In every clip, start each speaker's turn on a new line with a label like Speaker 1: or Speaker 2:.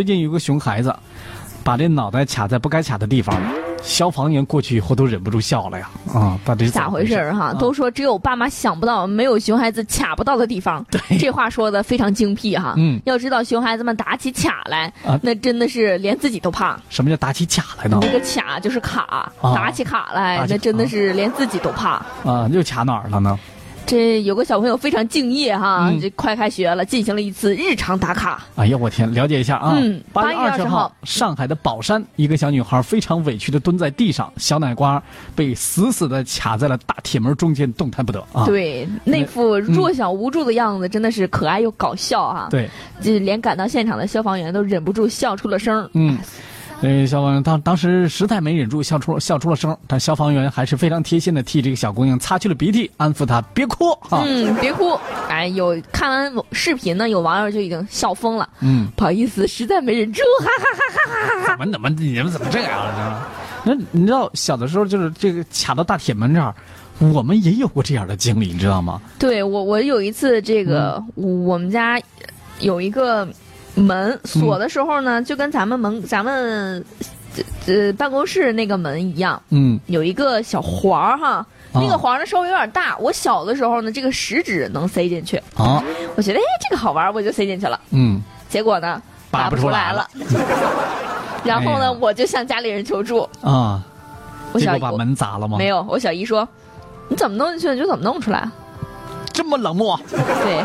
Speaker 1: 最近有个熊孩子，把这脑袋卡在不该卡的地方，消防员过去以后都忍不住笑了呀！啊，到底是
Speaker 2: 咋
Speaker 1: 回啊
Speaker 2: 回事儿哈？都说只有爸妈想不到，没有熊孩子卡不到的地方。这话说的非常精辟哈。
Speaker 1: 嗯
Speaker 2: 要知道熊孩子们打起卡来
Speaker 1: 啊，
Speaker 2: 那真的是连自己都怕。
Speaker 1: 什么叫打起卡来呢
Speaker 2: 那？个卡就是卡，
Speaker 1: 啊
Speaker 2: 打起卡
Speaker 1: 打
Speaker 2: 来，
Speaker 1: 起
Speaker 2: 那真的是连自己都怕。
Speaker 1: 啊，又卡哪儿了呢？
Speaker 2: 这有个小朋友非常敬业哈
Speaker 1: 嗯，
Speaker 2: 这快开学了，进行了一次日常打卡。
Speaker 1: 哎呀，我天！了解一下啊
Speaker 2: 嗯，
Speaker 1: 八、月
Speaker 2: 8
Speaker 1: 二
Speaker 2: 月
Speaker 1: 十
Speaker 2: 20号，
Speaker 1: 上海的宝山，一个小女孩非常委屈的蹲在地上，小奶瓜被死死的卡在了大铁门中间，动弹不得啊！嗯
Speaker 2: 对，那副弱小无助的样子，真的是可爱又搞笑啊！
Speaker 1: 对，
Speaker 2: 这连赶到现场的消防员都忍不住笑出了声儿。
Speaker 1: 嗯，呃，消防员当当时实在没忍住，笑出笑出了声儿，但消防员还是非常贴心的替这个小姑娘擦去了鼻涕，安抚她别哭啊。
Speaker 2: 嗯，别哭。哎，有看完视频呢，有网友就已经笑疯了。
Speaker 1: 嗯，
Speaker 2: 不好意思，实在没忍住，啊 哈哈哈
Speaker 1: 怎么怎么你们怎么这样啊？ 那你知道小的时候就是这个卡到大铁门这儿，我们也有过这样的经历，你知道吗？
Speaker 2: 对我，我有一次这个，
Speaker 1: 嗯
Speaker 2: 我们家有一个门锁的时候呢，就跟咱们
Speaker 1: 嗯
Speaker 2: 门咱们这呃办公室那个门一样，
Speaker 1: 嗯，
Speaker 2: 有一个小环儿哈。
Speaker 1: 啊
Speaker 2: 那个环儿呢稍微有点大，我小的时候呢，这个食指能塞进去，
Speaker 1: 啊，
Speaker 2: 我觉得哎这个好玩儿，我就塞进去了。
Speaker 1: 嗯，
Speaker 2: 结果呢，
Speaker 1: 拔
Speaker 2: 拔
Speaker 1: 不
Speaker 2: 不
Speaker 1: 出来
Speaker 2: 来了。 然后
Speaker 1: 哎呀
Speaker 2: 呢，我就向家里人求助。
Speaker 1: 啊，
Speaker 2: 我
Speaker 1: 结
Speaker 2: 小
Speaker 1: 果
Speaker 2: 姨
Speaker 1: 把
Speaker 2: 我
Speaker 1: 门砸了吗？
Speaker 2: 没有，我小姨说：“你怎么弄进去的就怎么弄出来。
Speaker 1: 这么冷漠。”
Speaker 2: 对。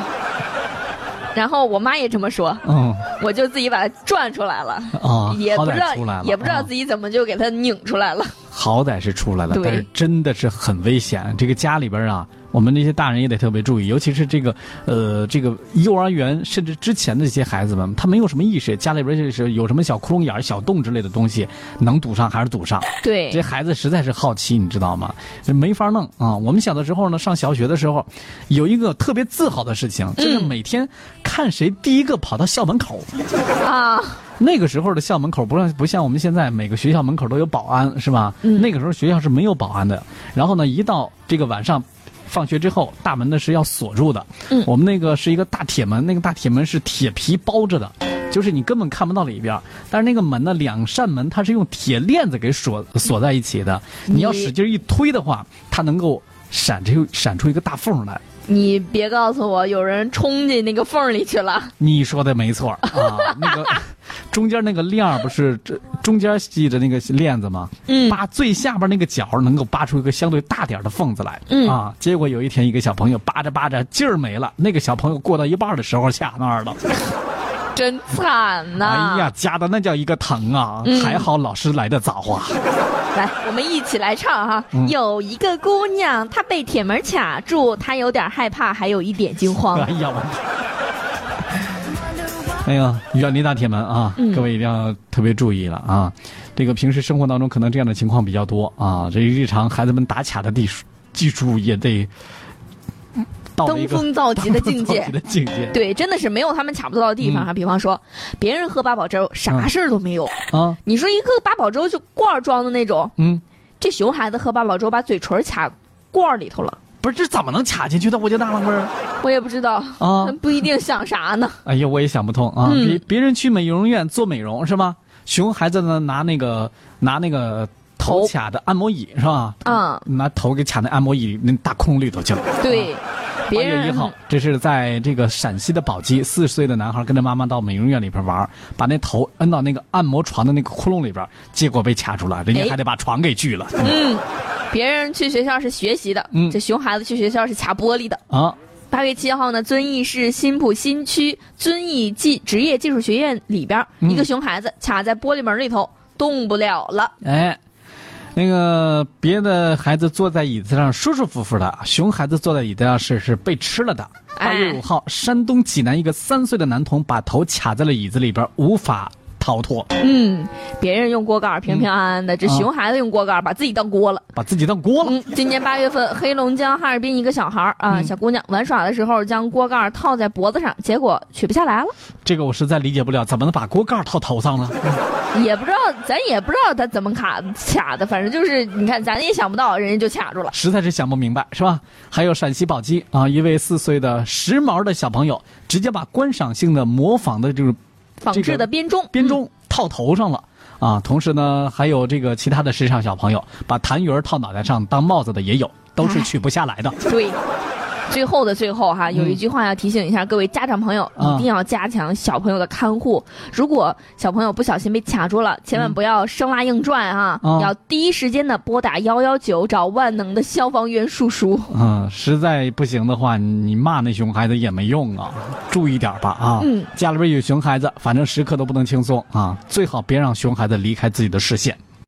Speaker 2: 然后我妈也这么说，
Speaker 1: 嗯
Speaker 2: 我就自己把它转出来了，
Speaker 1: 啊，
Speaker 2: 也
Speaker 1: 好
Speaker 2: 不知
Speaker 1: 歹出来
Speaker 2: 道
Speaker 1: 了，
Speaker 2: 也不知道
Speaker 1: 啊
Speaker 2: 自己怎么就给它拧出来 了。
Speaker 1: 好歹是出来了，
Speaker 2: 对
Speaker 1: 但是真的是很危险。这个家里边啊，我们这些大人也得特别注意，尤其是这个呃，这个幼儿园甚至之前的这些孩子们，他没有什么意识，家里边就是有什么小窟窿眼儿、小洞之类的东西，能堵上还是堵上。这
Speaker 2: 对，
Speaker 1: 孩子实在是好奇，你知道吗？这没法弄啊！我们小的时候呢，上小学的时候，有一个特别自豪的事情，就是每天看谁第一个跑到校门口。
Speaker 2: 啊，
Speaker 1: 那个时候的校门口不像不像我们现在每个学校门口都有保安是吧？
Speaker 2: 嗯
Speaker 1: 那个时候学校是没有保安的。然后呢，一到这个晚上放学之后，大门呢是要锁住的。
Speaker 2: 嗯
Speaker 1: 我们那个是一个大铁门，那个大铁门是铁皮包着的，就是你根本看不到里边儿。但是那个门呢，两扇门它是用铁链子给锁锁在一起的，你要
Speaker 2: 你
Speaker 1: 使劲一推的话，它能够闪出闪出一个大缝来。
Speaker 2: 你别告诉我有人冲进那个缝儿里去了。
Speaker 1: 你说的没错儿啊，那 个中间那个链儿不是这中间系着那个链子吗？
Speaker 2: 嗯
Speaker 1: 扒最下边那个角儿能够扒出一个相对大点儿的缝子来。
Speaker 2: 嗯
Speaker 1: 啊，结果有一天一个小朋友扒着扒着劲儿没了，那个小朋友过到一半儿的时候卡那儿了，
Speaker 2: 真惨呐、
Speaker 1: 哎呀，夹的那叫一个疼啊！
Speaker 2: 嗯
Speaker 1: 还好老师来的早啊。
Speaker 2: 来，我们一起来唱哈。
Speaker 1: 嗯
Speaker 2: 有一个姑娘，她被铁门卡住，她有点害怕，还有一点惊慌。
Speaker 1: 哎呀，我的。哎呀，远离大铁门啊！
Speaker 2: 嗯
Speaker 1: 各位一定要特别注意了啊！这个平时生活当中可能这样的情况比较多啊，这日常孩子们打卡的技术技术也得到了一
Speaker 2: 登
Speaker 1: 个
Speaker 2: 峰造极的境
Speaker 1: 登峰
Speaker 2: 界
Speaker 1: 造极。的境界
Speaker 2: 对，真的是没有他们卡不到的地方哈、啊
Speaker 1: 嗯
Speaker 2: 比方说，别人喝八宝粥啥事儿都没有，
Speaker 1: 啊！
Speaker 2: 你说一个八宝粥就罐儿装的那种，
Speaker 1: 嗯，
Speaker 2: 这熊孩子喝八宝粥把嘴唇卡罐儿里头了，
Speaker 1: 不是这怎么能卡进去的？我就纳了闷儿
Speaker 2: 我也不知道，
Speaker 1: 啊！
Speaker 2: 不一定想啥呢。
Speaker 1: 哎呀，我也想不通啊！
Speaker 2: 嗯
Speaker 1: 别别人去美容院做美容是吧？熊孩子呢拿那个拿那个头
Speaker 2: 头
Speaker 1: 卡的按摩椅是吧？
Speaker 2: 啊、
Speaker 1: 拿头给卡在按摩椅那大空里头去了。哎
Speaker 2: 对，
Speaker 1: 八啊
Speaker 2: 别
Speaker 1: 月一
Speaker 2: 人
Speaker 1: 号，这是在这个陕西的宝鸡，四十岁的男孩跟着妈妈到美容院里边玩，把那头摁到那个按摩床的那个窟窿里边，结果被卡住了，人家
Speaker 2: 哎
Speaker 1: 还得把床给锯了。
Speaker 2: 嗯，别人去学校是学习的，
Speaker 1: 嗯
Speaker 2: 这熊孩子去学校是卡玻璃的。
Speaker 1: 啊，
Speaker 2: 八月七号呢，遵义市新浦新区遵义技职业技术学院里边儿，
Speaker 1: 嗯
Speaker 2: 一个熊孩子卡在玻璃门里头，动不了了。
Speaker 1: 哎，那个别的孩子坐在椅子上舒舒服服的，熊孩子坐在椅子上是是被吃了的。八月
Speaker 2: 哎
Speaker 1: 五号，山东济南一个三岁的男童把头卡在了椅子里边，无法逃脱，
Speaker 2: 嗯，别人用锅盖儿平平安安的，这
Speaker 1: 啊
Speaker 2: 熊孩子用锅盖儿把自己当锅了。
Speaker 1: 把自己当锅了。
Speaker 2: 嗯，今年八月份，黑龙江哈尔滨一个小孩儿啊、
Speaker 1: 嗯
Speaker 2: 小姑娘玩耍的时候将锅盖儿套在脖子上，结果取不下来了，
Speaker 1: 这个我实在理解不了，怎么能把锅盖套头上呢？
Speaker 2: 也不知道，咱也不知道他怎么卡卡的，反正就是你看，咱也想不到，人家就卡住了。
Speaker 1: 实在是想不明白，是吧？还有陕西宝鸡啊，一位四岁的时髦的小朋友，直接把观赏性的模仿的这种
Speaker 2: 仿
Speaker 1: 这
Speaker 2: 制
Speaker 1: 个
Speaker 2: 的编钟，
Speaker 1: 编钟套头上了。啊，同时呢，还有这个其他的时尚小朋友，把痰盂儿套脑袋上当帽子的也有，都是取不下来的。
Speaker 2: 对，最后的最后哈，有一句话要提醒一下各位家长朋友，
Speaker 1: 嗯啊
Speaker 2: 一定要加强小朋友的看护。如果小朋友不小心被卡住了，千万不要生拉硬拽啊，
Speaker 1: 嗯啊
Speaker 2: 要第一时间的拨打幺幺九找万能的消防员叔叔。
Speaker 1: 嗯，实在不行的话，你骂那熊孩子也没用啊，注意点吧啊。
Speaker 2: 嗯，
Speaker 1: 家里边有熊孩子，反正时刻都不能轻松啊，最好别让熊孩子离开自己的视线。